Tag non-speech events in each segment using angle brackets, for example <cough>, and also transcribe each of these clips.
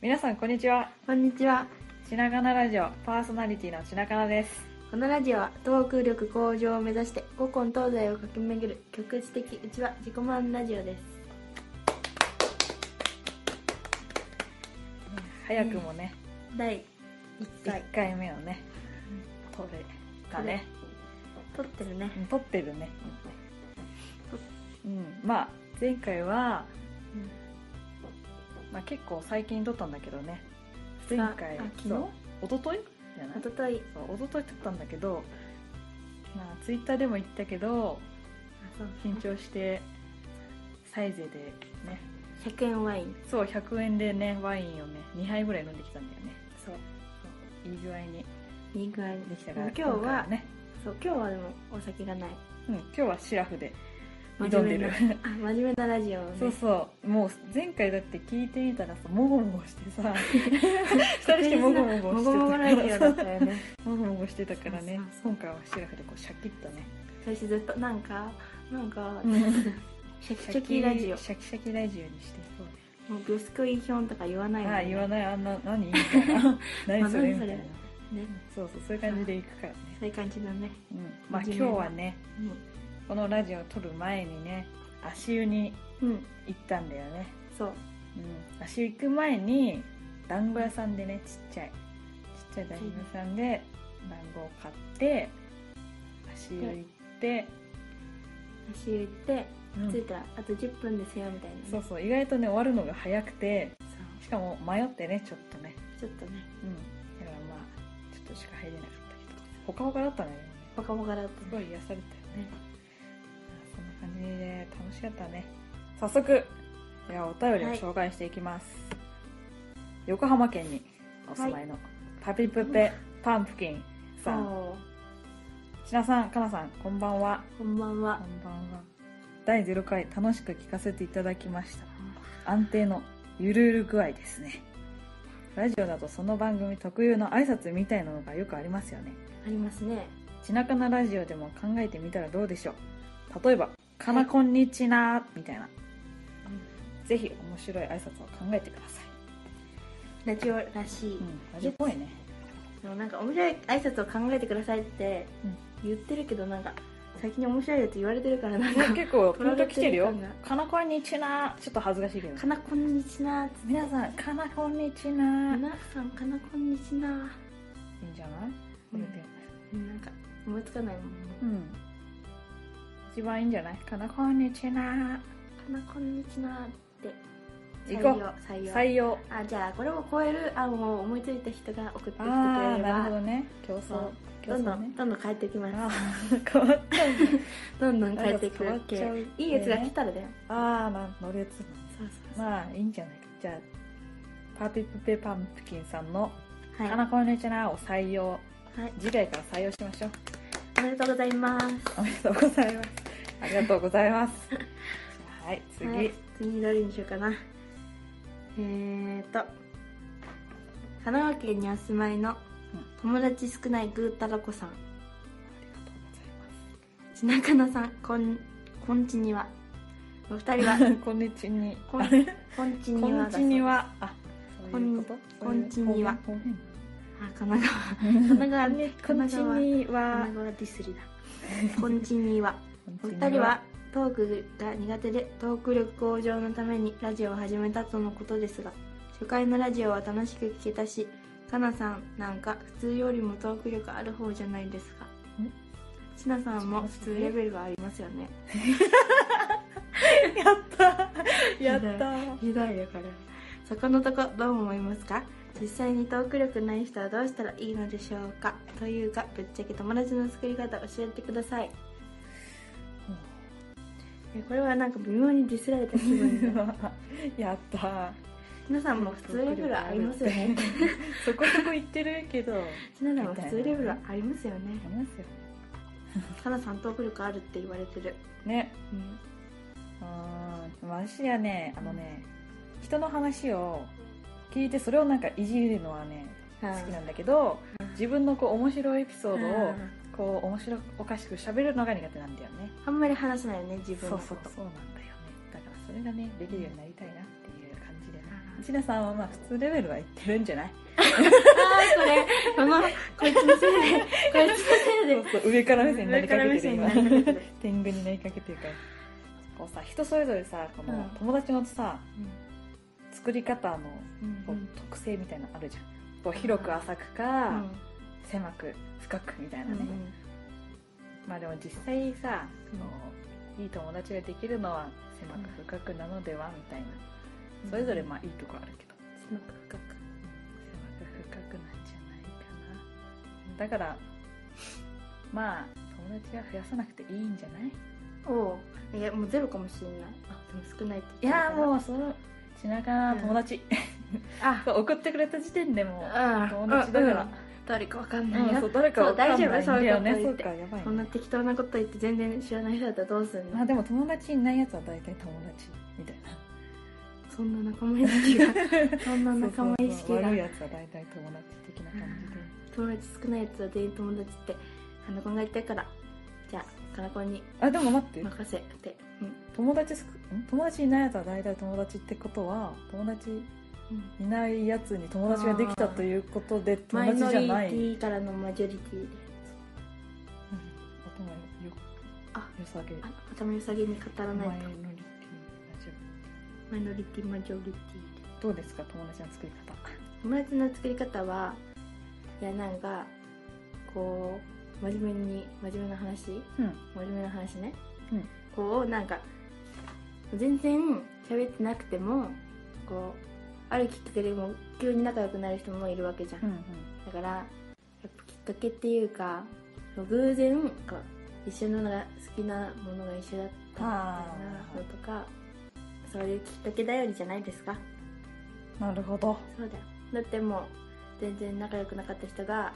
皆さんこんにちはこんにちは。しながなラジオパーソナリティのしなかなですこのラジオはトーク力向上を目指して古今東西を駆け巡る局地的うちは自己満ラジオです。早くもね、第1 1回回目をね撮れたね撮ってるね。うん撮ってるねうんまあ前回は、まあ、結構最近撮ったんだけどね前回あ昨日そう一昨日じゃない一昨日そう一昨日撮ったんだけどまあツイッターでも言ったけどあそう緊張してサイゼでね100円ワインそう100円でねワインをね2杯ぐらい飲んできたんだよねそういい具合にいい具合にできたから今日は回ね、そう今日はでもお酒がないうん、今日はシラフで挑んでる真面目なあ真面目なラジオをねそうそうもう前回だって聞いてみたらさもごもごして <laughs> さ二人してもごもごしてたもごもごラジオだったよ <laughs> ね <laughs> もごもごしてたからねそうそう今回はシラフでこうシャキッとね最初ずっとなんかなんか、シャキシャキシラジオシャキシャキラジオにしていこうもうグスクイヒョンとか言わないもんああ言わねないあんな <laughs> 何みたいな何それみまたいあ何それなそうそうそういう感じでいくからね、そういう感じだねうん、まあ真今面日目なはねこのラジオを撮る前にね足湯にうん、うん、行ったんだよね、そううん、足湯行く前に団子屋さんでねちっちゃいちっちゃい団子屋さんで団子を買って足湯行って、足湯行ってうん着いたらあと10分ですよみたいなね、そうそう意外とね終わるのが早くてそうしかも迷ってねちょっとねちょっとねうんだからまあちょっとしか入れなかったけどほかほかだったねでもねボカボカだったすごい癒されたよねそんな感じで楽しかったね早速ではお便りを紹介していきます、横浜県にお住まいの、パピプペパンプキンさんそしなさんかなさんこんばんはうこんばんはこんばんは第0回楽しく聞かせていただきました安定のゆるゆる具合ですねラジオだとその番組特有の挨拶みたいなのがよくありますよねありますねちなかなラジオでも考えてみたらどうでしょう例えば「かなこんにちな」みたいなぜひ面白い挨拶を考えてくださいラジオらしい、うんラジオっぽいねでもなんか面白い挨拶を考えてくださいってうん言ってるけどなんか先に面白いやつ言われてるからなんかね結構ピンときてるよ取られて「るかなこんにちな」ちょっと恥ずかしいけ「どかなこんにちな」つ皆さん「かなこんにちな」い皆さんかなこんにちいな」んじゃないこれでなんか思いつかないもんうん一番いいんじゃない「かなこんにちなかなこんにちな」って」行こ採用う採用採用あじゃあこれを超える案を思いついた人が送ってきてくれれああーなるほどばね競そ争う競どんど争んねどんどん変えていきますあー変わっちゃうどんどん変えていくなんか変わっちゃうけいいやつが来たらだよああまあ乗るやつそうそうそうまあいいんじゃないかじゃあパーピプペパンプキンさんの「はいかなこんにちな」を採用はい次回から採用しましょうおめでとうございますおめでとうございますありがとうございますじゃあはい次、はい、次どれにしようかなえーと神奈川県にお住まいの友達少ないぐーたらこさんありがとうございましなかなさんこんこんちにはお二 <laughs> 人はすこんにちにこんあれこんちこにんはだちそうにはあそういうことこんそういうこんちには方言あ神奈川方言神奈 <laughs> 川こんちに神は奈川ディスリだこんちにはこんちおに二人はトークが苦手でトーク力向上のためにラジオを始めたとのことですが初回のラジオは楽しく聞けたしかなさんなんか普通よりもトーク力ある方じゃないですかんしなさんも普通レベルはありますよねやったやった <laughs> ひどいよこれそこのとこどう思いますか実際にトーク力ない人はどうしたらいいのでしょうかというかぶっちゃけ友達の作り方教えてくださいえこれはなんか微妙にディスられた気分 <laughs> だやった <laughs> 皆さんも普通レベルはありますよ <laughs> ね。そこそこ言ってるけどあ皆さんも普通レベルはありますよね。りますよかなさんトーク力あるって言われてる。ねうん。うん私はねあのね人の話を聞いてそれをなんかいじるのはね好きなんだけど自分のこう面白いエピソードをこう面白おかしく喋るのが苦手なんだよねあんまり話さないよね、自分のこと。そうなんだよねだからそれがねできるようになりたいなっていう感じでねあちなさんはまあ普通レベルはいってるんじゃないこれ <laughs> このこいつのせいでこいつのせいでそうそう上から目線になりかけてる今上から目線になりかけてる天狗になりかけてるからこうさ人それぞれさこうんの友達のさ、作り方のうんこう特性みたいなのあるじゃんこう広く浅くうか、ん狭く深くみたいなね、うんまあでも実際さ、うんそのいい友達ができるのは狭く深くなのではみたいな、それぞれまあいいとこあるけど狭く深く狭く深くなんじゃないかなだからまあ友達は増やさなくていいんじゃないおういやもうゼロかもしれないあでも少ないってい言ってやたからもうその品川うん友達、 <laughs> あ送ってくれた時点でもうあ友達だから、誰かわかんうないんよ、そう誰かわかんないんだよねそう大丈夫そういうこと言ってそうかやばいねこんな適当なこと言って全然知らない人だったらどうすんの、まあでも友達いないやつは大体友達みたいなそんな仲間意識がそんな仲間意そ識うそうそうが悪いやつは大体友達的な感じで友達少ないやつは全員友達って花子が言ったからじゃあかなこにあでも待って任せてうん友達すくん友達いないやつは大体友達ってことは友達うんいないやつに友達ができたということで友マイ達ノじリゃテないィからのマジョリティでうん頭よあよさげあ頭良さげに語らマイノないリとティ大丈マイノリティマジョリティで夫どうですか友達の作り方友達の作り方はいやなんかこう真面目に真面目な話うん真面目な話ね、うんこうなんか全然喋ってなくてもこうあるきっかけでも急に仲良くなる人もいるわけじゃん、うんだからやっぱきっかけっていうか偶然か一緒ののが好きなものが一緒だったみたいあーなのとかそういうきっかけだよりじゃないですかなるほどそうだよだってもう全然仲良くなかった人が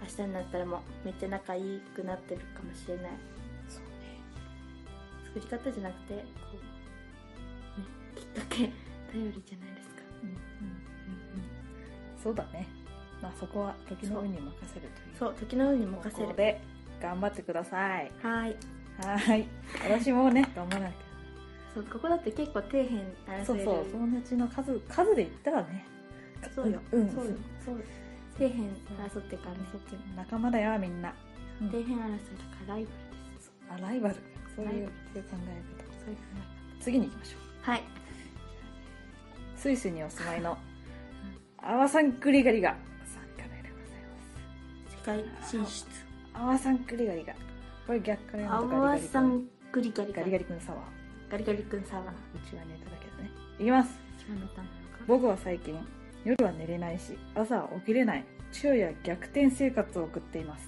明日になったらもうめっちゃ仲良くなってるかもしれないそうね作り方じゃなくてこう、ね、きっかけ頼りじゃないですかうんうんそうだねまあそこは時の運に任せるというそう時の運に方任せ向るで頑張ってくださいはーいはーい私もね頑張らなきゃそうここだって結構底辺そ争うえるそう友達の数数で言ったらねそうよ、うんそうよそうよ底辺争ってから争って仲間だよみんな、うん底辺争いだからライバルですあライバルそういうライそういう考え方そういう考次に行きましょえ方はい、うスイスにお住まいのアワさんクリガリが参加でござい世界進出ますアワさんクリガリがこれ逆から青読むと葉ガリさガリ君んグリガリガガリリガリ君サワーガリガリ君さんはうちはネタだけどねいきます決まったのか僕は最近夜は寝れないし朝は起きれない昼夜逆転生活を送っています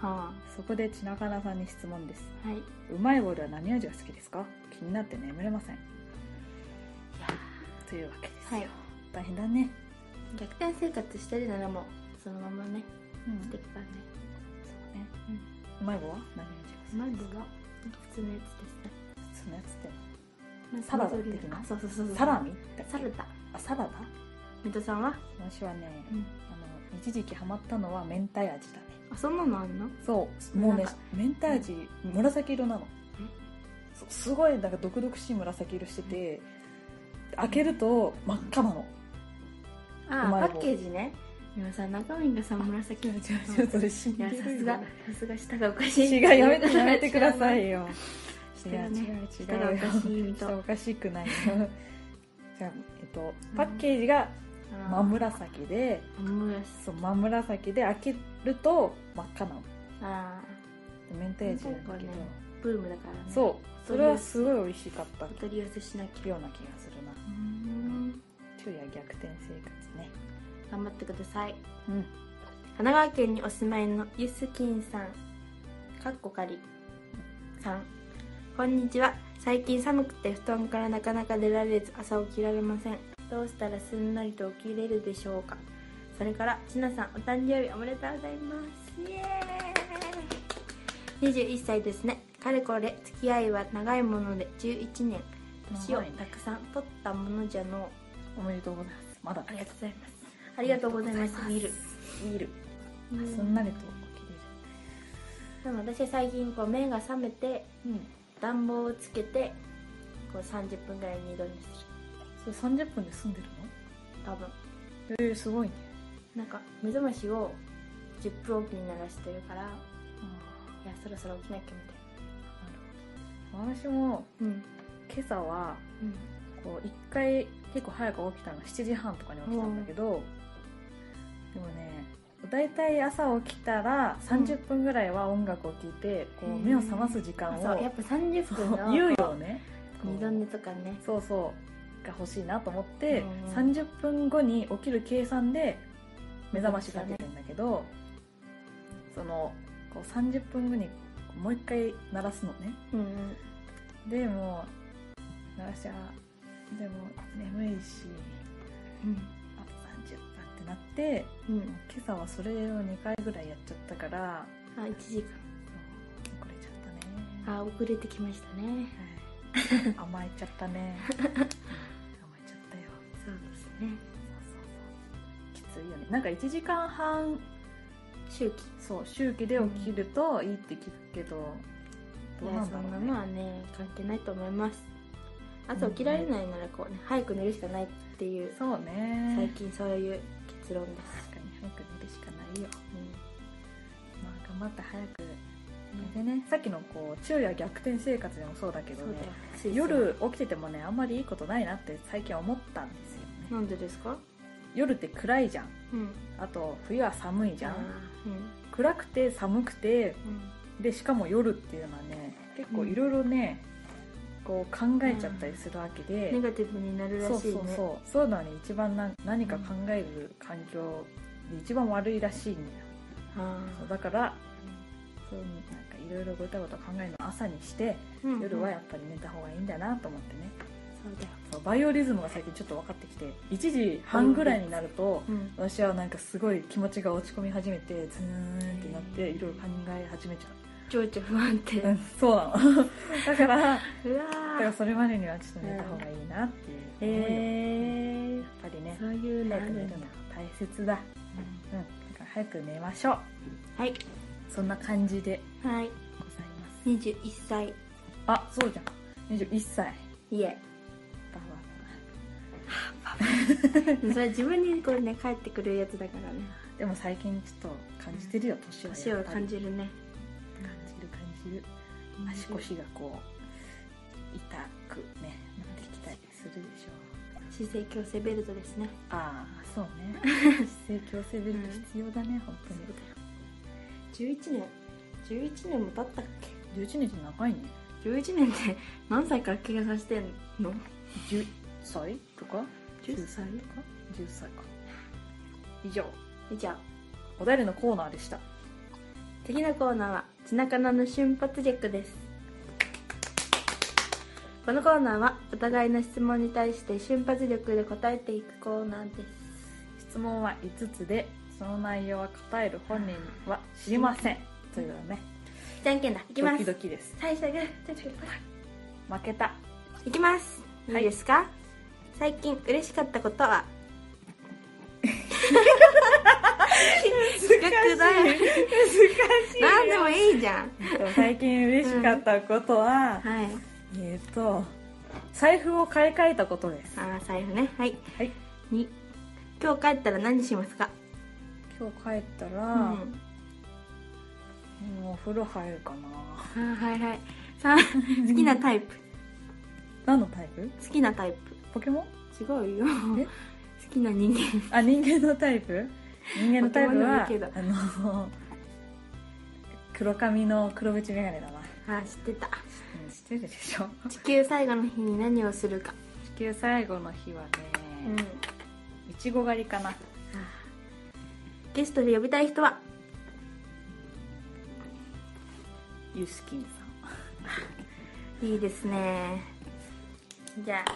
はそこで千奈かなさんに質問ですあはいうまい棒では何味が好きですか気になって眠れませんやというわけですはい大変だね逆転生活してるならもうそのままねうんそしうねていくからねうまい棒は何味がまずは普通のやつで好き普すね通のやつってまあサラダその通り的なあそうそうそうそうサラミだっけサラダあサラダ水戸さんは、私はね、うん、あの一時期ハマったのは明太味だねあそんなのあんのそうもうねなんか明太味、紫色なのそうすごいなんか毒々しい紫色してて、開けると真っ赤なのあうまいパ棒ッケージね今さ中身がさ <laughs> 紫の違う違う <laughs> それ死んいでやるさよすがさすが舌がおかしい違うやめてやめてくださ <laughs> いよ舌が違う違う違ねう舌がおかしい水そう戸おかしくないよ <laughs> じゃあ、えっと、パッケージが真紫で、あー真紫そう真紫で開けると真っ赤なのあ明太味なんだけど、ねーブームだからねうそうそれはすごい美味しかったお取り寄せしなきゃような気がするなうーん昼夜逆転生活ね頑張ってくださいうん神奈川県にお住まいのゆすきんさんかっこかりさんこんにちは最近寒くて布団からなかなか出られず朝起きられませんどうしたらすんなりと起きれるでしょうかそれからちなさんお誕生日おめでとうございますイエーイ21歳ですねかれこれ付き合いは長いもので11年年を長いねたくさん取ったものじゃのうおめでとうございますまだありがとうございますありがとうございますビールビールすんなりと起でも私は最近こう目が覚めてきれるうん暖房をつけてこう30分ぐらいに移動にするそれ30分で済んでる多分えー、すごいねなんか目覚ましを10分おきに鳴らしてるからいやそろそろ起きなきゃ私もみたいな今朝はうんこう一回結構早く起きたの7時半とかに起きたんだけど、でもねだいたい朝起きたら30分ぐらいは音楽を聴いて、こう目を覚ます時間うんを、そうやっぱ30分そうの猶予をねこう二度寝とかねそうそうが欲しいなと思って、うん30分後に起きる計算で目覚ましかけてんだけど、そのこう30分後にもう一回鳴らすのねうんうんでもう鳴らしちゃでも眠いしあと30分ってなってうん今朝はそれを2回ぐらいやっちゃったからあ1時そう遅れちゃったね間あ遅れてきましたねはい、甘えちゃった <laughs> ね甘えちゃったよそうですねそうそうそうきついよねなんか1時間半周期そう周期で起きるといいって聞くけど、いどうやなんそだろんなうねのはね関係ないと思います朝起きられないならこうね早く寝るしかないっていうそうね最近そういう結論です、確かに早く寝るしかないようまあ頑張って早くん寝てねさっきのこう昼夜逆転生活でもそうだけどそうねだよつい夜起きててもねあんまりいいことないなって最近思ったんですよねなんでですか夜って暗いじゃんうんあと冬は寒いじゃんうん暗くて寒くてうんでしかも夜っていうのはね結構いろいろね、こう考えちゃったりするわけで、ネガティブになるらそうしいねそうそうそういうのに一番な何か考える環境で一番悪いらしいんだよ、あそうだからそういうなんかいろいろごたごた考えるのを朝にしてーうん夜はやっぱり寝た方がいいんだなと思ってね、そうだよそうバイオリズムが最近ちょっと分かってきて1時半ぐらいになると、うん私はなんかすごい気持ちが落ち込み始めてズーンってなっていろいろ考え始めちゃう情緒不安定うん、そうなの <laughs> だからうわだからそれまでにはちょっと寝た方がいいなっていう思いを、えーやっぱりねそういうのあ早るく寝るんのだ大切だうんだから早く寝ましょうはいそんな感じでごはいざいます21歳あそうじゃん21歳いえババ <laughs> それ自分にこうね帰ってくるやつだからねでも最近ちょっと感じてるよ年は年やをっぱり感じるね感じる感じる足腰がこう痛くねなってきたりするでしょう姿勢矯正ベルトですねああそうね <laughs> 姿勢矯正ベルト必要だね、本当に11年11年も経ったっけ11年って長いね11年って何歳から計算してんの10歳とか10歳とか10歳か以上じゃあお便りのコーナーでした次のコーナーは「ちなかなの瞬発力」ですこのコーナーはお互いの質問に対して瞬発力で答えていくコーナーです質問は5つでその内容は答える本人は知りませんというのねじゃんけんだいきドまキすドキです最初グーじゃんけんぽい負けたいきますいいはいですか、最近嬉しかったことは逆だ <laughs> 難しい何でもいいじゃん最近嬉しかったことは、はいえっ、と財布を買い替えたことですあー財布ねはいはい2今日帰ったら何しますか今日帰ったら、うんあもうお風呂入るかなーはいはい3好きなタイプ <laughs> 何のタイプ好きなタイプポケモン違うよえ好きな人間あ人間のタイプ人間のタイプはポケモンあの黒髪の黒縁眼鏡だな、あー知ってたうん、知ってるでしょ地球最後の日に何をするか地球最後の日はね、うんいちご狩りかなゲストで呼びたい人はユスキンさんいいですねじゃあ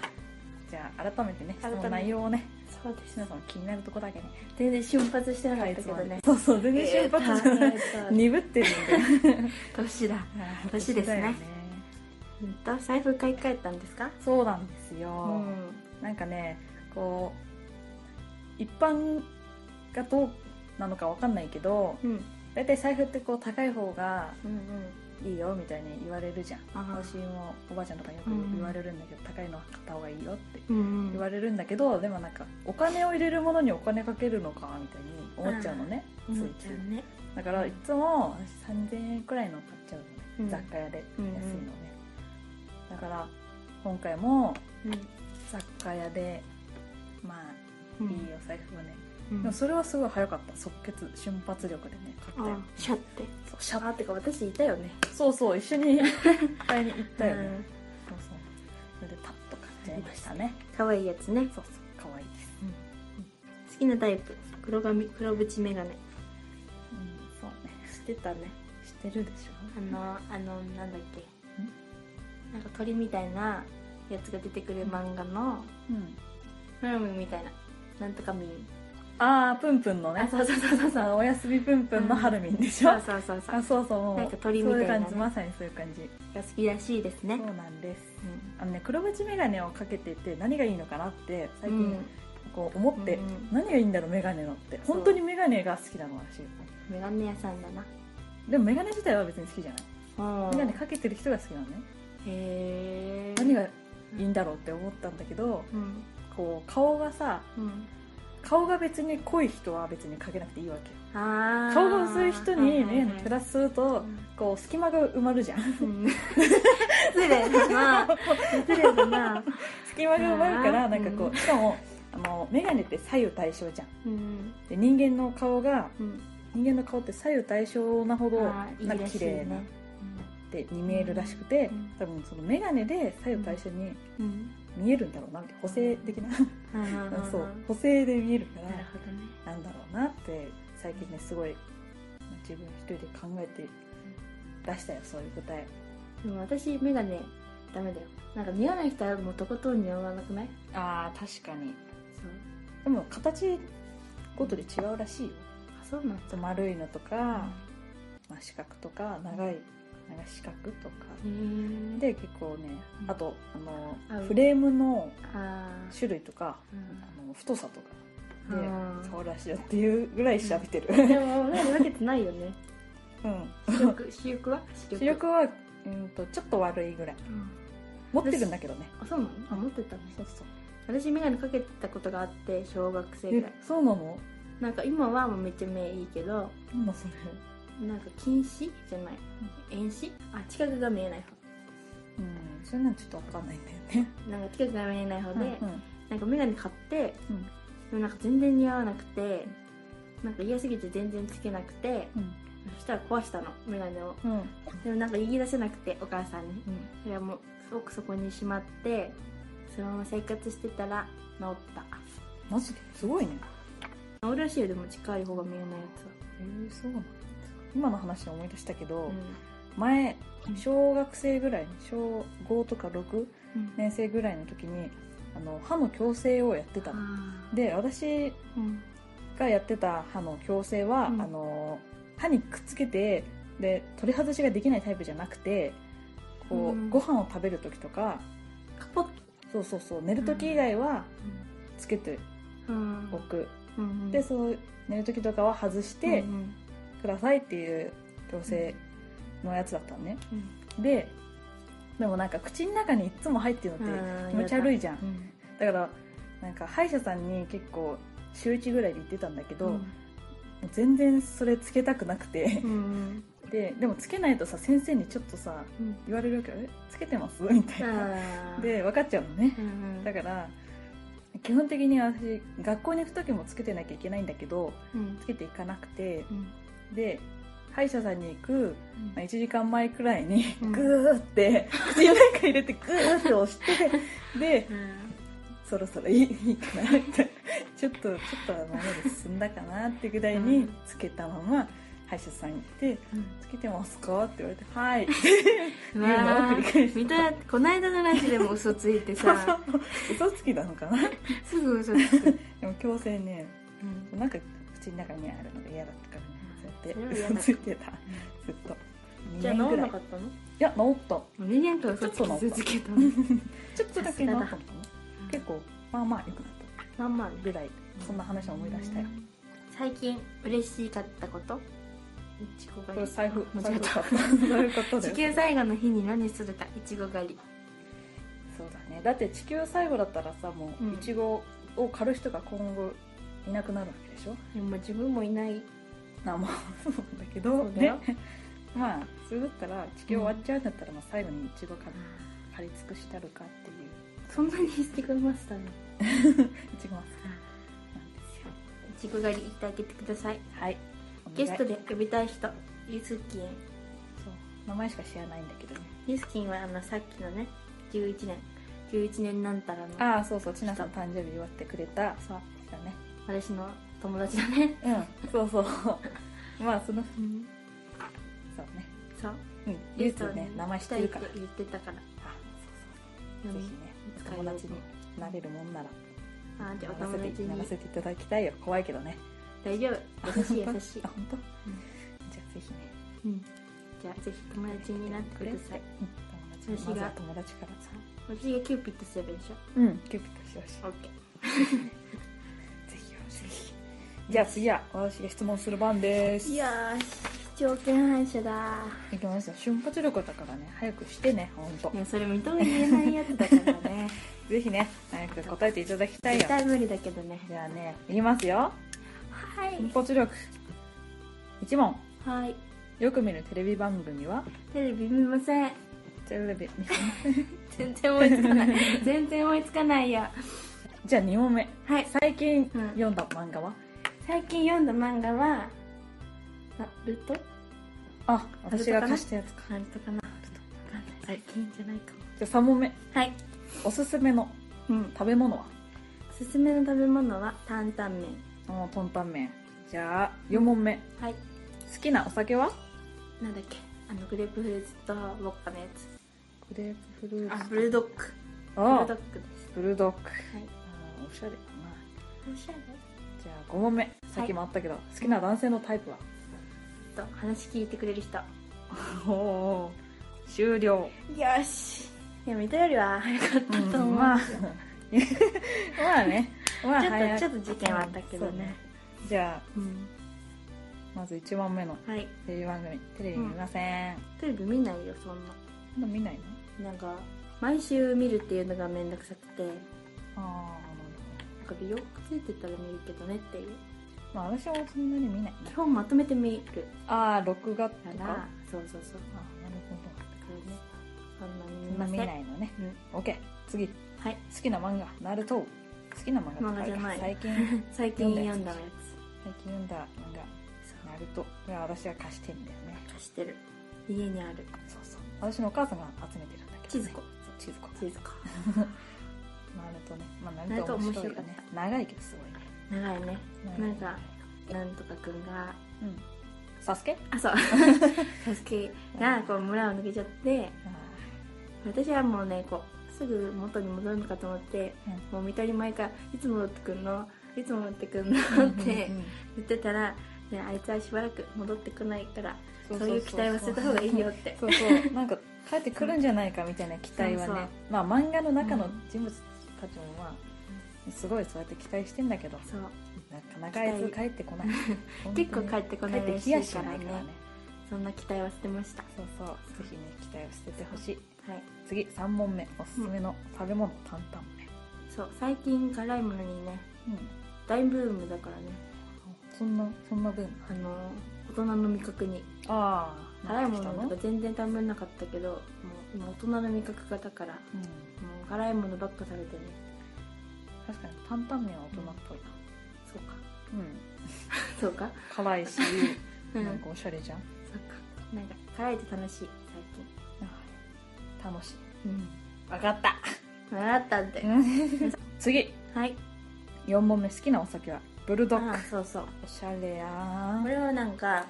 じゃあ改めてねそ改めての内容をねそうですしのさんも気になるとこだけね全然瞬発してなかったけどねそうそう全然瞬発じゃないえーと鈍ってる <laughs> んで年だ年ですねだようんと財布買い替えたんですかそうなんですうよ、なんかねこう一般がどうなのかわかんないけどうん大体財布ってこう高い方がうんいいよみたいに言われるじゃんあ私もおばあちゃんとかによくうん言われるんだけど、高いのは買った方がいいよってうん言われるんだけどでもなんかお金を入れるものにお金かけるのかみたいに思っちゃうのね、つい思っつちゃいうねだからいつも私3000円くらいの買っちゃうのね、うん雑貨屋で安ういんうんのね、だから今回もうん雑貨屋でまあういんいお財布をね、うんでもそれはすごい早かった即決瞬発力でね買ったよあシャってそうシャあッてか私いたよねそうそう一緒に <laughs> 買いに行ったよね、うんそうそうそれでパッと買っちゃいましたね可愛いやつねそうそう可愛いです、好きなタイプ黒髪黒縁眼鏡うん、そうねしてたね知ってるでしょあのあのなんだっけなんか鳥みたいなやつが出てくる漫画のうんフラムみたいななんとかみああプンプンのねあそうそうそうそうそうあのおやすみぷんぷんのハルミンでしょ、そうそうそうそうあそうそうもうなんか鳥みたいなねそういう感じまさにそういう感じ、が好きらしいですねそうなんですうんあのね黒縁眼鏡をかけてて何がいいのかなって最う近んこう思って、うん何がいいんだろう眼鏡のってそう本当に眼鏡が好きなの私メガネ屋さんだなでも眼鏡自体は別に好きじゃないメ眼鏡かけてる人が好きなのねへえ何がいいんだろうって思ったんだけどうんこう顔がさうん顔が別に濃い人は別にかけなくていいわけよあー顔が薄い人に眼鏡プラススするとこう隙間が埋まるじゃん <laughs> 失礼だな失礼だな隙間が埋まるからうんなんかこうしかもあの眼鏡って左右対称じゃんうんで人間の顔がうん人間の顔って左右対称なほどあーいいならんかし綺いね麗なってに見えるらしくて、うん多分その眼鏡で左右対称にうん見えるんだろうなって補正的な、あ <laughs> ーそう補正で見えるからなるほどねなんだろうなって最近ねすごい自分一人で考えて出したよそういう答えでも私メガネダメだよなんか似合わない人はもうとことん似合わなくないあー確かにそうでも形ごとで違うらしいよあそうなんだそう丸いのとか、まあ、四角とか長い長い四角とかうんへえで結構ねうんあとあ合うのフレームのあー種類とかうんあの太さとかあーで触らしいよっていうぐらい調べてる、でもメガネ分けてない <laughs> よねうん、視力視力は視視力はうんとちょっと悪いぐらいうん持ってるんだけどねあそうなのあ持ってたねそうそう私眼鏡かけてたことがあって小学生ぐらいえそうなのなんか今はもうめっちゃ目いいけどなんだそれなんか近視じゃない遠視あ近くが見えないうんそれなんちょっとわかんないんだよね方なんか近くが見えない方で、うんなんか眼鏡買ってうんでもなんか全然似合わなくてなんか嫌すぎて全然つけなくてうんそしたら壊したの眼鏡をうんでもなんか言い出せなくてお母さんにうんそれはもうすごくそこにしまってそのまま生活してたら治ったマジですごいね治るらしいよでも近い方が見えないやえー、そうなんだ今の話で思い出したけど、つは、前小学生ぐらい小5とか6うんうん年生ぐらいの時にあの歯の矯正をやってたのあーで私うんがやってた歯の矯正は、うんあの歯にくっつけてで取り外しができないタイプじゃなくてこう、うんご飯を食べる時とかカポッそうそうそう寝る時以外はつけてうんおく、うんでそう寝る時とかは外してうんくださいっていう矯正のやつだったのね、うんででもなんか口の中にいつも入ってるのって気持ち悪いじゃんうんだからなんか歯医者さんに結構週1ぐらいで行ってたんだけど、もう全然それつけたくなくてう、んででもつけないとさ先生にちょっとさうん言われるわけよえつけてます <laughs> みたいなあー <laughs> で分かっちゃうのねうんうんだから基本的に私学校に行く時もつけてなきゃいけないんだけどうんつけていかなくてうんで歯医者さんに行くうんまあ1時間前くらいにうんグーって口の中入れてグーって押してでそろそろいいいいかなってちょっとちょっとまで進んだかなってぐらいにつけたまま歯医者さんに行って「つけてますか?」って言われて「はい」 <laughs> ってう言うのを繰わり返ーし見たこないだのラジでも嘘ついてたさ嘘つきなのかなすぐ嘘つくでも矯正ねうんなんか口の中にあるのが嫌だったからねそうやっそれては嫌だ嘘ついてたずっとじゃあ二年治ぐんらないかったのいや治った2年間嘘つき続けたのちょっとだけ治ったのかな結結構まあまあ良くなった構まあまあぐらいそんな話を思い出したよ最近嬉しかったこといちごこ狩れり財布あ間財違布え買っ <laughs> たそういうことただよ地球最後の日に何するかいちご狩りそうだねだって地球最後だったらさもうんういちごを狩る人が今後いなくなるわけでしょでも自分もいないあもうそうだけどそうだよね <laughs> まあそれだったら地球終わっちゃうんだったら、まあ、最後にいちご狩狩り尽くしたるかっていうそんなにしてくれましたねいちごは好きなんですよいちご狩り行ってあげてくださいはいお願いゲストで呼びたい人ゆすきんそう名前しか知らないんだけどねゆすきんはあのさっきのね11年11年なんたらのああそうそうちなさん誕生日祝ってくれたそう人ね私の友達だねうんそう <laughs> そうまあそのうんそうねそううんゆうとね名前知ってるから行きたいって言ってたからあそうそう呼ぜびひね友達になれるもんならあじゃあおな友らせ達てなにらせていただきたいよ怖いけどね大丈夫優しい優しいあ、 <laughs> 本当んじゃあぜひねうん、じゃあぜひ友達になってくださいうん友達私がまずは友達からさ私がキューピッドすればいいでしょうんキューピットしてほしい OK ぜひよろしいじゃあ次は私が質問する番ですいやー条件反射だいきますよ瞬発力だからね早くしてねほんといやそれ認め言えないやつだからねぜひね早く答えていただきたいよ絶対無理だけどねじゃあねいきますよはい瞬発力1問はいよく見るテレビ番組はテレビ見ませんテレビ全然思いつか <laughs> ない全然思いつかないよじゃあ2問目はい最近うん読んだ漫画は、最近読んだ漫画はあルトあ私が貸したやつかあルトかなルトわかんない最近じゃないかもじゃあ3問目はいおすすめのうん食べ物はおすすめの食べ物は担々麺もうトンタン麺じゃあ4問目はい好きなお酒はなんだっけあのグレープフルーツとウォッカのやつグレープフルあブルドッグブあルドッグですブルドッグはいあーおしゃれだなおしゃれじゃあ5問目さっきもあったけど、好きな男性のタイプはと話聞いてくれる人おお終了よしいや見たよりは早かったと思う、まあ <laughs> まあねまあちょっ早といちょっと事件はあったけどそうねじゃあうんまず1問目のはいテレビ番組テレビ見ません、テレビ見ないよそんまだ見ないのななんか毎週見るっていうのがめんどくさくてなんあか美容くっついてたら見るけどねっていうあまあ私もそんなに見ない基本まとめて見るかああ録画とかあらなそうそうそるうほどだからねそんなにそ見んなませ見んないのねうん OK 次好はいきな漫画ナルト好きな漫画とかあるか漫画じゃない最 <laughs> 近最近読んだや最近読んだ漫画つナルトこれは私が貸してんだよね貸してる家にあるそうそう私のお母さんが集めてるんだけど、ね、千鶴子そう千鶴子静かナルトね、まあ、ナナルルトト面面白白いいよよねね長いけどすごいね長いね長いなんかなんとかくんがうんサスケあそう <laughs> サスケがこう村を抜けちゃってあ私はもうねこうすぐ元に戻るのかと思ってーもう見たり前からいつ戻ってくんのいつ戻ってくんのうんってうんうんうん言ってたら、ね、あいつはしばらく戻ってこないからそういう期待はそう捨てた方がいいよって <laughs> そうそうなんか帰ってくるんじゃないかみたいな期待はねそうそうまあ漫画の中の人物たちもまあすごいそうやって期待してんだけどそうなかなかあいつ帰ってこない <laughs> 結構帰ってこない帰っらてしきいやしからないねからねそんな期待は捨てましたそうそうぜひね期待を捨ててほしいはい次3問目おすすめの食べ物担々麺そう最近辛いものにねうん大ブームだからねそんなそんな分あの大人の味覚にああ辛いものうんとか全然食べなかったけどもう今大人の味覚がだからもう辛いものばっか食べてね確かに担々麺は大人っぽいなそう <laughs> かうんそうか辛いし <laughs> うんなんかおしゃれじゃんそうかなんか辛いと楽しい楽しい最近うん分かった習ったんだよ次はい4問目好きなお酒はブルドッあグそうそうおしゃれやこんれはなんか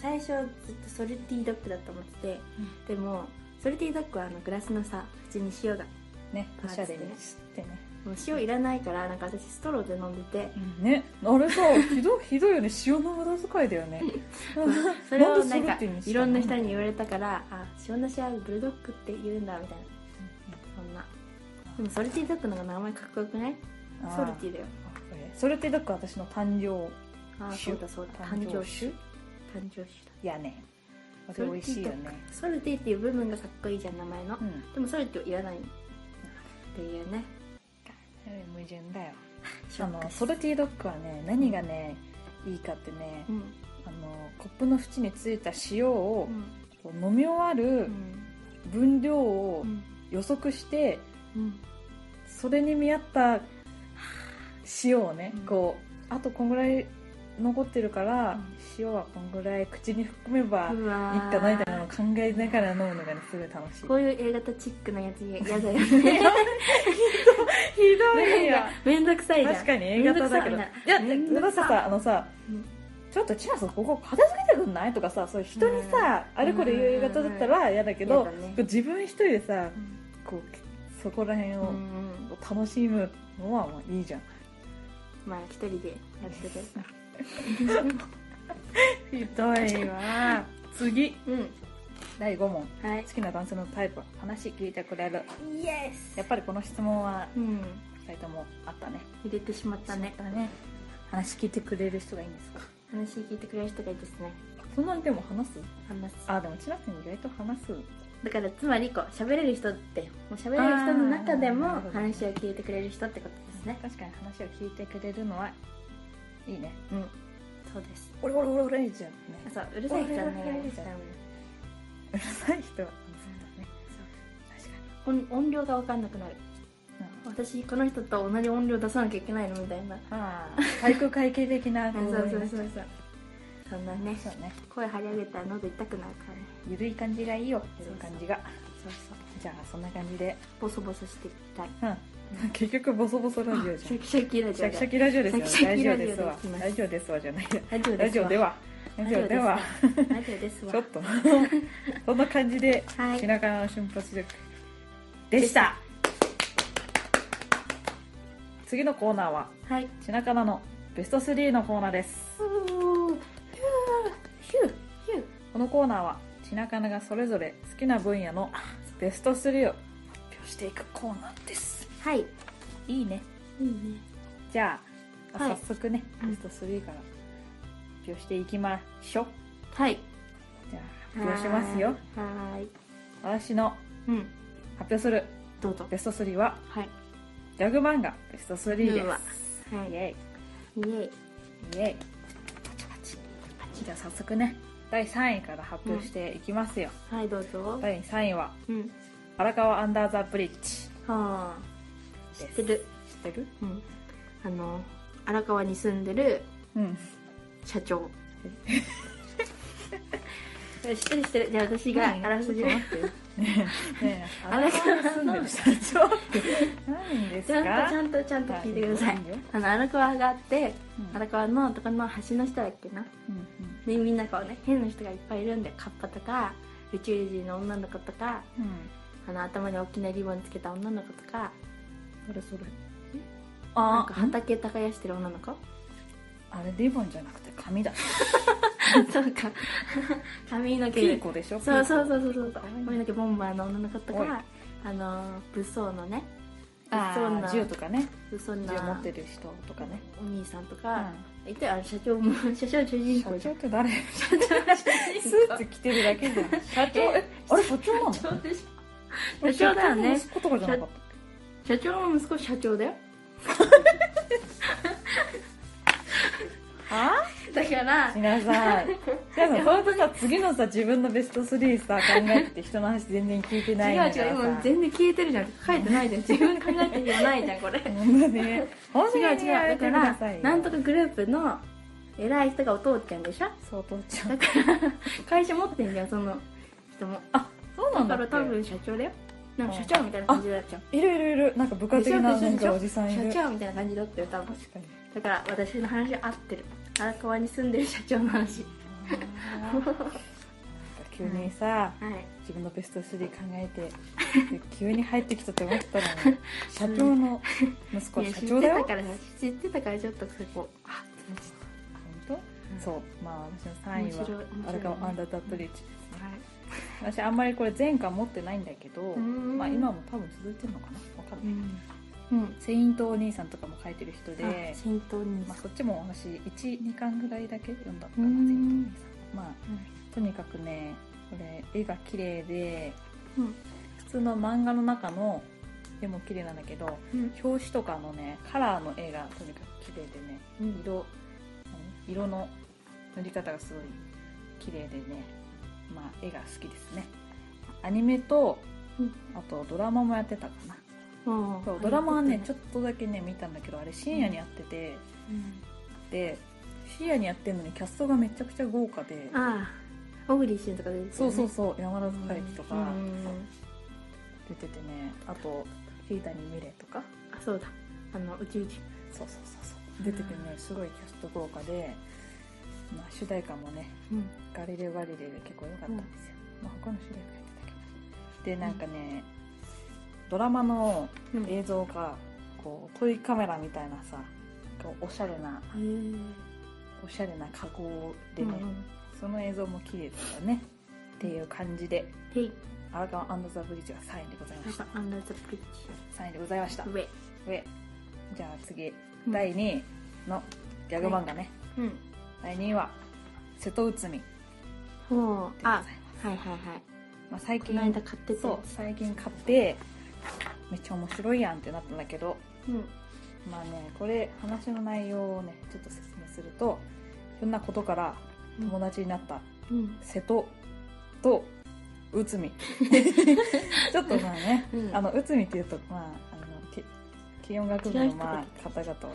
最初ずっとソルティードッグだと思ってて、でもソルティードッグはあのグラスのさ口に塩がねおしゃれに吸ってねもう塩いらないからなんか私ストローで飲ん <laughs> でてねあれさ <laughs> ひどいひどいよね塩の無駄遣いだよねそれをでなんソかルティにしたいろんな人に言われたからあ塩なしはブルドッグって言うんだみたいなそんなでもソルティードッグの方が名前かっこよくないうんソルティーだよあーそれソルティドッグは私の誕生あー酒そうだそうだ誕誕生生酒酒誕誕生したやねこれ美味しいよねソルティっていう部分がかっこいいじゃん名前の、うんでもソルティはいらないっていうね矛盾 <laughs> だよショあックのソルティドッグはね何がね、いいかってね、うんあのコップの縁についた塩をう、んこう飲み終わる分量をうん予測して、うんそれに見合った塩をね、うんこうあとこんぐらい残ってるから、うん塩はこんぐらい口に含めばいいうわーかなみたいなのを考えながら飲むのがねすごい楽しいこういう A 型チックなやつ嫌だよねひ <laughs> なんかめんどくさいじゃん確かに A 型だけどいめんどくさやめんだどくかさらさあのさうんちょっとチラさんここ片付けてくんないとかさそういう人にさ、うんあれこれ言う A 型だったら嫌だけど、嫌だねこう自分一人でさうんこうそこら辺うをん楽しむのはまあいいじゃんまあ一人でやっててひどいわ次うん第5問はい好きな男性のタイプは話聞いてくれるイエスやっぱりこの質問はうん2人ともあったね入れてしまったねだね話聞いてくれる人がいいんですか話聞いてくれる人がいいですねそんなにでも話す話すあでもちなみに意外と話すだからつまりこう喋れる人ってもう喋れる人の中でもあー話を聞いてくれる人ってことですね確かに話を聞いてくれるのはいいねうんそうです俺俺俺俺じゃんねあそううるさい人は俺はねうるさいいうるさい人はそう多分音音量が分かんなくなるだね私この人と同じ音量出さなきゃいけないのみたいなああ体育会系的なそ行う動そうにそうねそうそんなねそうね声張り上げたら喉痛くなるからねゆるい感じがいいよゆるい感じがそうそうじゃあそんな感じでボソボソしていきたいうん <laughs> 結局ボソボソラジオじゃんシャキシャキラジシオャだキシャキラジオですよシャラキシジオでャキラジオすわできますラジオですわじゃないやラジオですわラジオではラジオではラジオですわちょっと <laughs> そんな感じではい品川の瞬発力でした次のコーナーははい品川のベスト3のコーナーですヒューヒューヒューこのコーナーは品川がそれぞれ好きな分野のベスト3を発表していくコーナーですはいいいいいねねじゃあ、はい早速ねうんベスト3から発表していきましょうはいじゃあ発表しますよはーい私のうん発表するどうぞベスト3ははいギャグ漫画ベスト3です、うわはいイイエエイイエイパチパチパチじゃあ早速ね第3位から発表していきますよ、イはいどうぞ第3位はうん荒川アンダーザブリッジはあ知ですってる知ってるうんあの荒川に住んでるうん社長知ってる知って <laughs> るじゃあ私があらすじをねえ荒荒川川にに住住んんででる社長って何でる社すちゃかんとちゃんとちゃんと聞いてくださいいいよあの荒川があってうん荒川のとこの橋の下だっけなうんでみんなこうね変な人がいっぱいいるんでカッパとか宇宙人の女の子とかうんうんあの頭に大きなリボンつけた女の子とかそれそれなんあか畑耕してる <laughs> 女の子あれリボンじゃなくて髪だそうか髪のピー毛コでしょそうそううそうそうそう髪の毛ボンバーの女の子とおいかあの武装のねあそんーな銃とかね武装銃持なってる人とかねお兄さんとうか、んいてあの社長も <laughs> 社長は主人社公じ長 <laughs> ゃんって誰社長は主ス人ー公ツ着てるだけじゃん社長ええあれ社長なの社長でしこれ社長だよ社長のね息子とかじゃなかっょ社長の息子社長だよたあだからしなさ <laughs> いじゃあ本当さ次のさ自分のベスト3さ考えてて人の話全然聞いて違う違うないんだからさ今全然消えてるじゃん書いてないじゃん自分考えてるじゃないじゃ <laughs> んこれ違本当ね本当うに違うやめだてかくださいらよなんとかグループの偉い人がお父ちゃんでしょそう父ちゃんだから会社持ってんじゃんその人もあそうなだんだかっらけ多分社長だよなんか社長みたいな感じだったよいるいるいるなんか部下的ななんかおじさんいる社長みたいな感じだったよ多分確かにだから私の話合ってる荒川に住んでる社長の話あーなんか急にさ、はい自分のベスト3考えてで急に入ってきたって思ったら、 <laughs> ね、社長の息子いはや社知っ長てだたよから知ってたからちょっとそこあ本当そうまあ私の3位面白いは面白いねあれかアンダータップリーチはい私あんまりこれ前回持ってないんだけど、んまあ、今も多分続いてるのかなわかんうない、んうんセイントお兄さんとかも書いてる人であ浸透にまあ、そっちも私12巻ぐらいだけ読んだのかうな「ん全員とお兄さん」まあうんとにかくねこれ絵が綺麗でうん普通の漫画の中の絵も綺麗なんだけどうん表紙とかのねカラーの絵がとにかく綺麗でねうん色何色の塗り方がすごい綺麗でねまあ絵が好きですねアニメと、うんあとドラマもやってたかなああそうドラマはねちょっょっとだけね見たんだけどあれ深夜にやってて、と、うんで深夜にやってるのにキャストがめちゃくちゃ豪華でああ小栗旬とか出てたよねそうそうそう山田孝之とうかん出ててねあと桐谷美玲とかあそうだあの宇宙人そうそうそうそう出ててねすごいキャスト豪華で、まあ、主題歌もねうん「ガリレオ・ガリレオ」で結構良かったんですよ、まあ、他の主題歌やってたけどでなんかね、ドラマのうん映像がこうトイカメラみたいなさこうおしゃれなへーおしゃれな加工でね、うんうんその映像も綺麗だったねっていう感じでヘイアラカンザ・ブリッジが3位でございまなんしたかアンダーザブリッ3位でございましたジ上上じゃあ次第2位のギャグ漫画ね、うん第2位は瀬戸内海でほうございまあすはいはいはいまあ、最こ近の間買ってたそうや最近買ってめっちゃ面白いやんってなったんだけどつうんまあねこれ話の内容をねちょっと説明するとひょんなことから友達になったうん瀬戸と内海 <laughs> ちょっとまあね、うんあの内海っていうとまああのき軽音楽部違うの、人まだあ、方々はねいろいろなんかと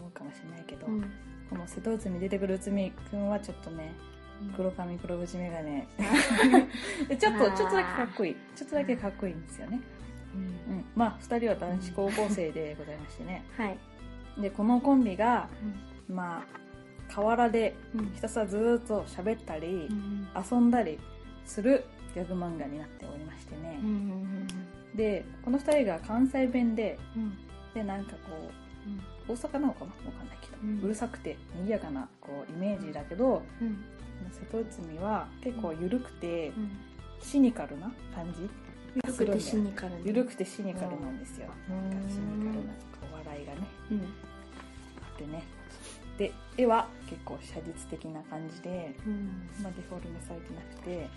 思うかもしれないけど、うんこの瀬戸内海出てくる内海くんはちょっとね黒髪黒縁眼鏡 <laughs> でちょっとあーちょっとだけかっこいいちょっとだけかっこいいんですよね、うんうん、まあ2人は男子高校生でございましてねはいでこのコンビがうんまあ河原でうんひたすらずーっと喋ったりうん遊んだりするギャグ漫画になっておりましてねうんう、んでこの2人が関西弁でうんでなんかこうんう大阪なのかなわかんないけど、ううんるさくて賑やかなこうイメージだけど、うん瀬戸内海は結構緩くて、うんシニカルな感じ緩くてシニカルな緩くてシニカルなんですよ、うんなんかシニカルなお笑いがねうんあってねで絵は結構写実的な感じで、うんまあ、デフォルメされてなくて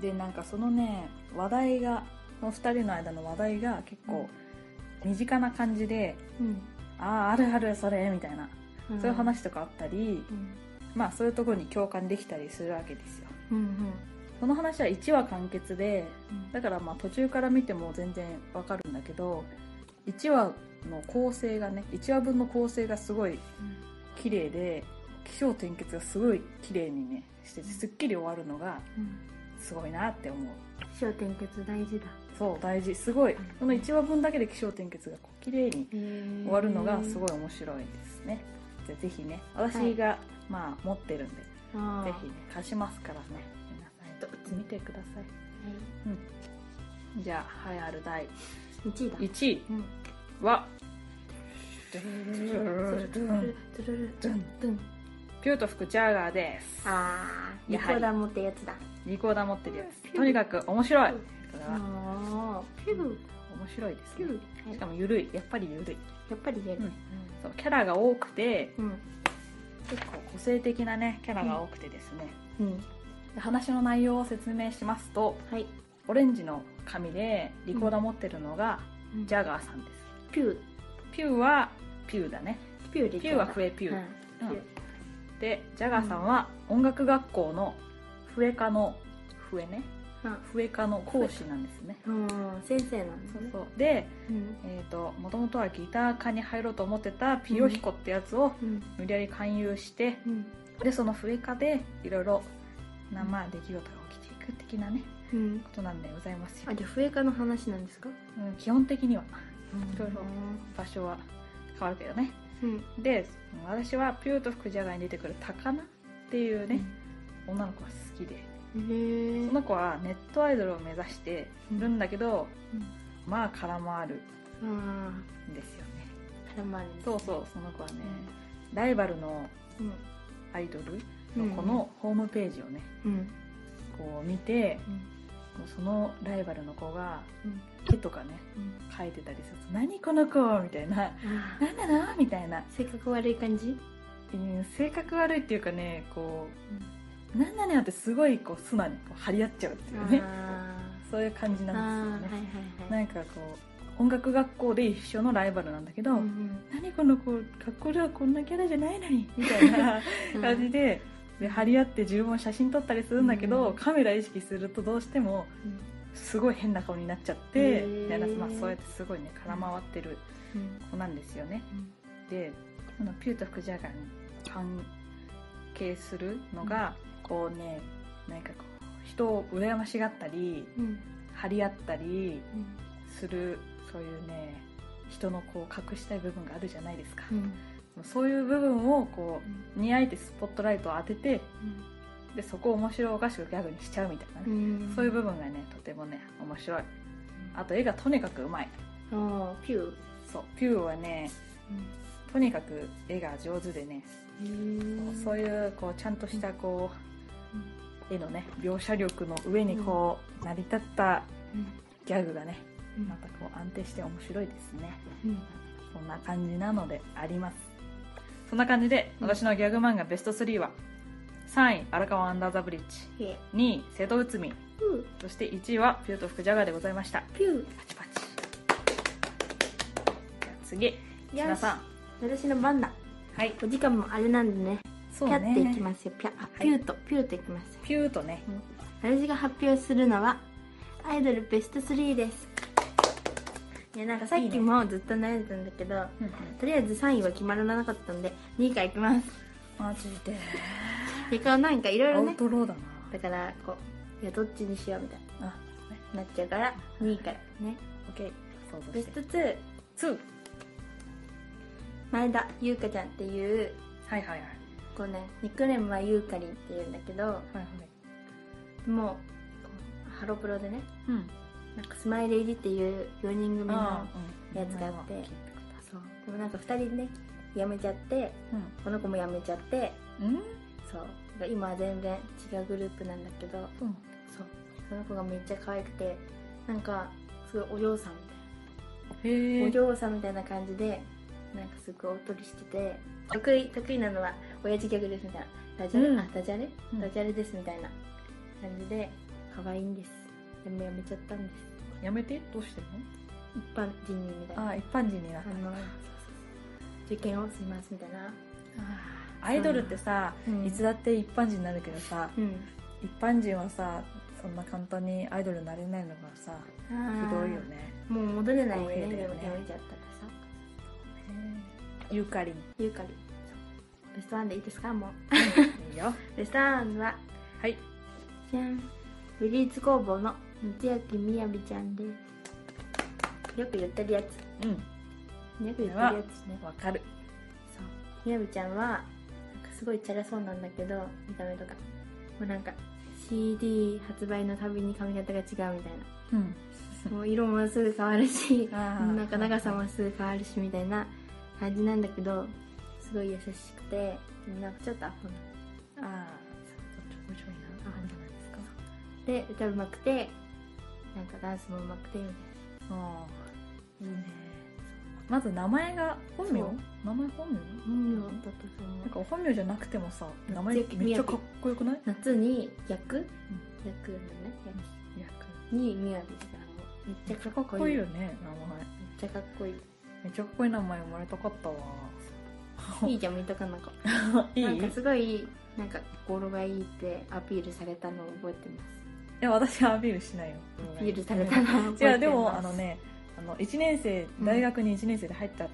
でなんかそのね話題がこの2人の間の話題が結構身近な感じで、うんあああるあるそれみたいな、うんそういう話とかあったりうんまあそういうところに共感できたりするわけですようんうんこの話は1話完結でうんだからまあ途中から見ても全然わかるんだけど1話の構成がね1話分の構成がすごい綺麗で起承転結がすごい綺麗にねしててすっきり終わるのがうんすごいなって思う起承転結大事だそう大事すごいその1話分だけで起承転結がこう綺麗に終終わるのがすごいい面白いですねじゃあぜひね私が、まあ持ってるんでぜぜひね貸しますからね皆さんちょっと見てくださいじゃあ栄えある第1位だ1位うんはドゥルルドゥンドゥンピュート吹くジャガーですあーやはりリコーダー持ってやつだリコーダー持ってるやつとにかく面白いこれはあーピュー面白いですピねューしかも緩いやっぱり緩いやっぱり出るそうキャラが多くてうん結構個性的なねキャラが多くてですね、うんで話の内容を説明しますとはいオレンジの髪でリコーダー持ってるのがジャガーさんです、ピューピューはピューだねピューでピューは笛ピュー、うんうんでジャガーさんは音楽学校の笛科の笛ね笛科の講師なんですねうんうん先生なんですそうねそうでうんえー、ともともとはギター科に入ろうと思ってたピヨヒコってやつをうん無理やり勧誘してうんでその笛科でいろいろなまあ出来事が起きていく的なねうんことなんでございますよあ、じゃあ笛科の話なんですかうん、基本的にはうんそうそう場所は変わるけどねうんで私はピューと吹くジャガーに出てくる高菜っていうね、女の子が好きでへーその子はネットアイドルを目指してるんだけど、うんまあ空回るあんですよねー絡まるそうそうその子はねライバルのうんアイドルの子のホームページをね、うんこう見てうんもうそのライバルの子がうん絵とかねうん描いてたりすると「何この子!」みたいなあ「何なの?」みたいなー性格悪い感じうん性格悪いっていうかねこうなんだねってすごいこう素直にこう張り合っちゃうって <laughs> いうねそういう感じあーなあんーですよね、はいはいはいなんかこう音楽学校で一緒のライバルなんだけど、うん何この子学校ではこんなキャラじゃないのにみたいなうん感じでで張り合って自分も写真撮ったりするんだけど、うんカメラ意識するとどうしてもうんすごい変な顔になっちゃっへてーみたいな、まあ、そうやってすごいね空回ってるうん子なんですよねでこのピューとフクジャガーに関係するのが、こうねなんかこう人を羨ましがったりうん張り合ったりうんするそういうね人のこう隠したい部分があるじゃないですか、うんそういう部分をこうんうにあえてスポットライトを当ててでそこを面白おかしくギャグにしちゃうみたいなね、んそういう部分がねとてもね面白いあと絵がとにかくうまいあーピューそうピューはねとにかく絵が上手でね、うんそういうこうちゃんとしたこう、絵のね描写力の上にこう、成り立ったギャグがねうんまたこう安定して面白いですねうんそんな感じなのでありますそんな感じで私のギャグ漫画ベスト3は3位荒川アンダーザブリッジへえ2位瀬戸内海ピューそして1位はピュート福ジャガーでございましたパピュチパチじゃあ次ー皆さん私の番だはいお時間もあれなんでねそピャっていきますよピャあいピューとピューといきますピューとね私が発表するのはアイドルベスト3ですいやなんかさっきもずっと悩んでたんだけどとりあえず3位は決まらなかったんで2位からいきますマジで結果なんかいろいアろウねトローだだからこういやどっちにしようみたいなあになっちゃうから2位からねオッケー想像ベしスてト2 2前田優香ちゃんっていうはいはいはいこうねニックネームは優香りんっていうんだけどはいはいもうこうハロプロでねうんなんかスマイレイリっていう4人組のああやつがあってそうでもなんか2人ね辞めちゃってうんこの子も辞めちゃってうんそうだから今は全然違うグループなんだけどそうなんだそうその子がめっちゃ可愛くてなんかすごいお嬢さんみたいへなおえ嬢さんみたいな感じでなんかすごいおっとりしてて得意得意なのは親父ギャグですみたいなダジャレ、うんあダジャレ、うんダジャレですみたいな感じで可愛いんですでも辞めちゃったんですやめてどうしてん一般人にみたいのなああ一般人になっあのそうそうそう受験を済ますみたいなたアイドルってさうんいつだって一般人になるけどさうん一般人はさそんな簡単にアイドルになれないのがさひどいよねもう戻れないよね公平だでよもねやめちゃったらさゆかりんゆうかりそうベストワンでいいですかもういいよベストワンははいじゃんフリーズ工房の三千秋みやびちゃんですよく言ってるやつうんよく言ってるやつねわかるそうみやびちゃんはなんかすごいチャラそうなんだけど見た目とかもうなんか CD 発売のたびに髪型が違うみたいなうんもう色もすぐ変わる <laughs> しあーなんか長さもすぐ変わるしみたいな感じなんだけどすごい優しくてでもなんかちょっとアホなああちょっとちょいなあるじゃないですかで歌うまくてなんかダンスもうまくてみたいああいいねなまず名前が本名そう名前本名本名だったとなん思うか本名じゃなくてもさ名前めっちゃかっこよくない夏に役、役だね役にみやびちゃんをめっちゃかっかっここいいいいめっよね名前ちゃかっこいいめっちゃかっこいい名前生まれたかったわいいじゃん見とかなかいいなんかすご <laughs> いなんか心がいいってアピールされたのを覚えてますいや私はアピールしないよアピールされたのを覚えてますいやでもあのねあの1年生大学に1年生で入った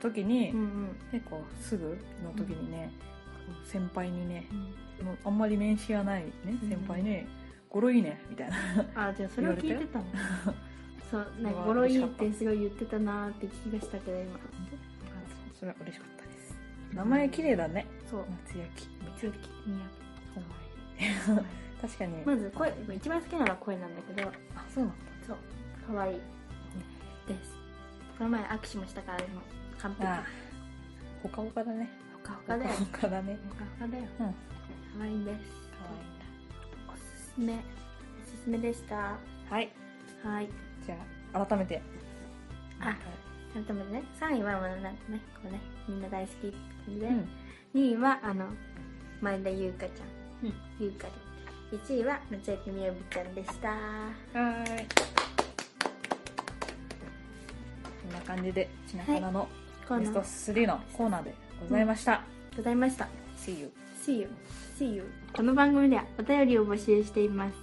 時に、うんうん結構すぐの時にね、こう先輩にねうんもうあんまり面識がないねうん先輩に「語呂いいね」みたいな <laughs> あじゃあそれを聞いてたのそうなんかうわゴロいいってすごい言ってたなーって気がしたけど今それは嬉しかったです名前綺麗だねそう夏焼き強気にやお前 <laughs> 確かにまず声一番好きなのは声なんだけどあそうなんだそう可愛いですこの前握手もしたからでも完璧あほかほかだねほかほほかだよほかだねほかほかだようん可愛いです可愛いんだおすすめおすすめでしたはいはいじゃあ改めてあ改めてね3位はまあなんかねこうねみんな大好きって感じで、うん2位はあの前田優香ちゃん、うん優香で1位は夏焼みやびちゃんでしたはーいこんな感じでちなかなのこんベなスト3のコーナーでございました、ございました See you See you. See you. この番組ではお便りを募集しています。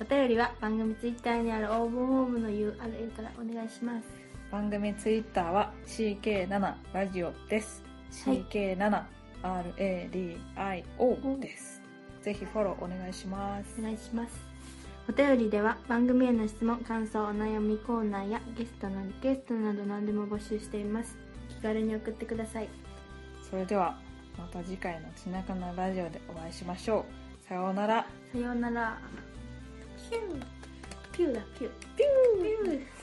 お便りは番組ツイッターにある応募フォームの URL からお願いします。番組ツイッターは CK7 ラジオです、はい CK7RADIO ですぜひフォローお願いしますお願いします。お便りでは番組への質問、感想、お悩みコーナーやゲストのリクエストなど何でも募集しています。気軽に送ってください。それではまた次回のちなかなラジオでお会いしましょうさようならさようなら。ピュー。ピューだ、ピュー。ピュー。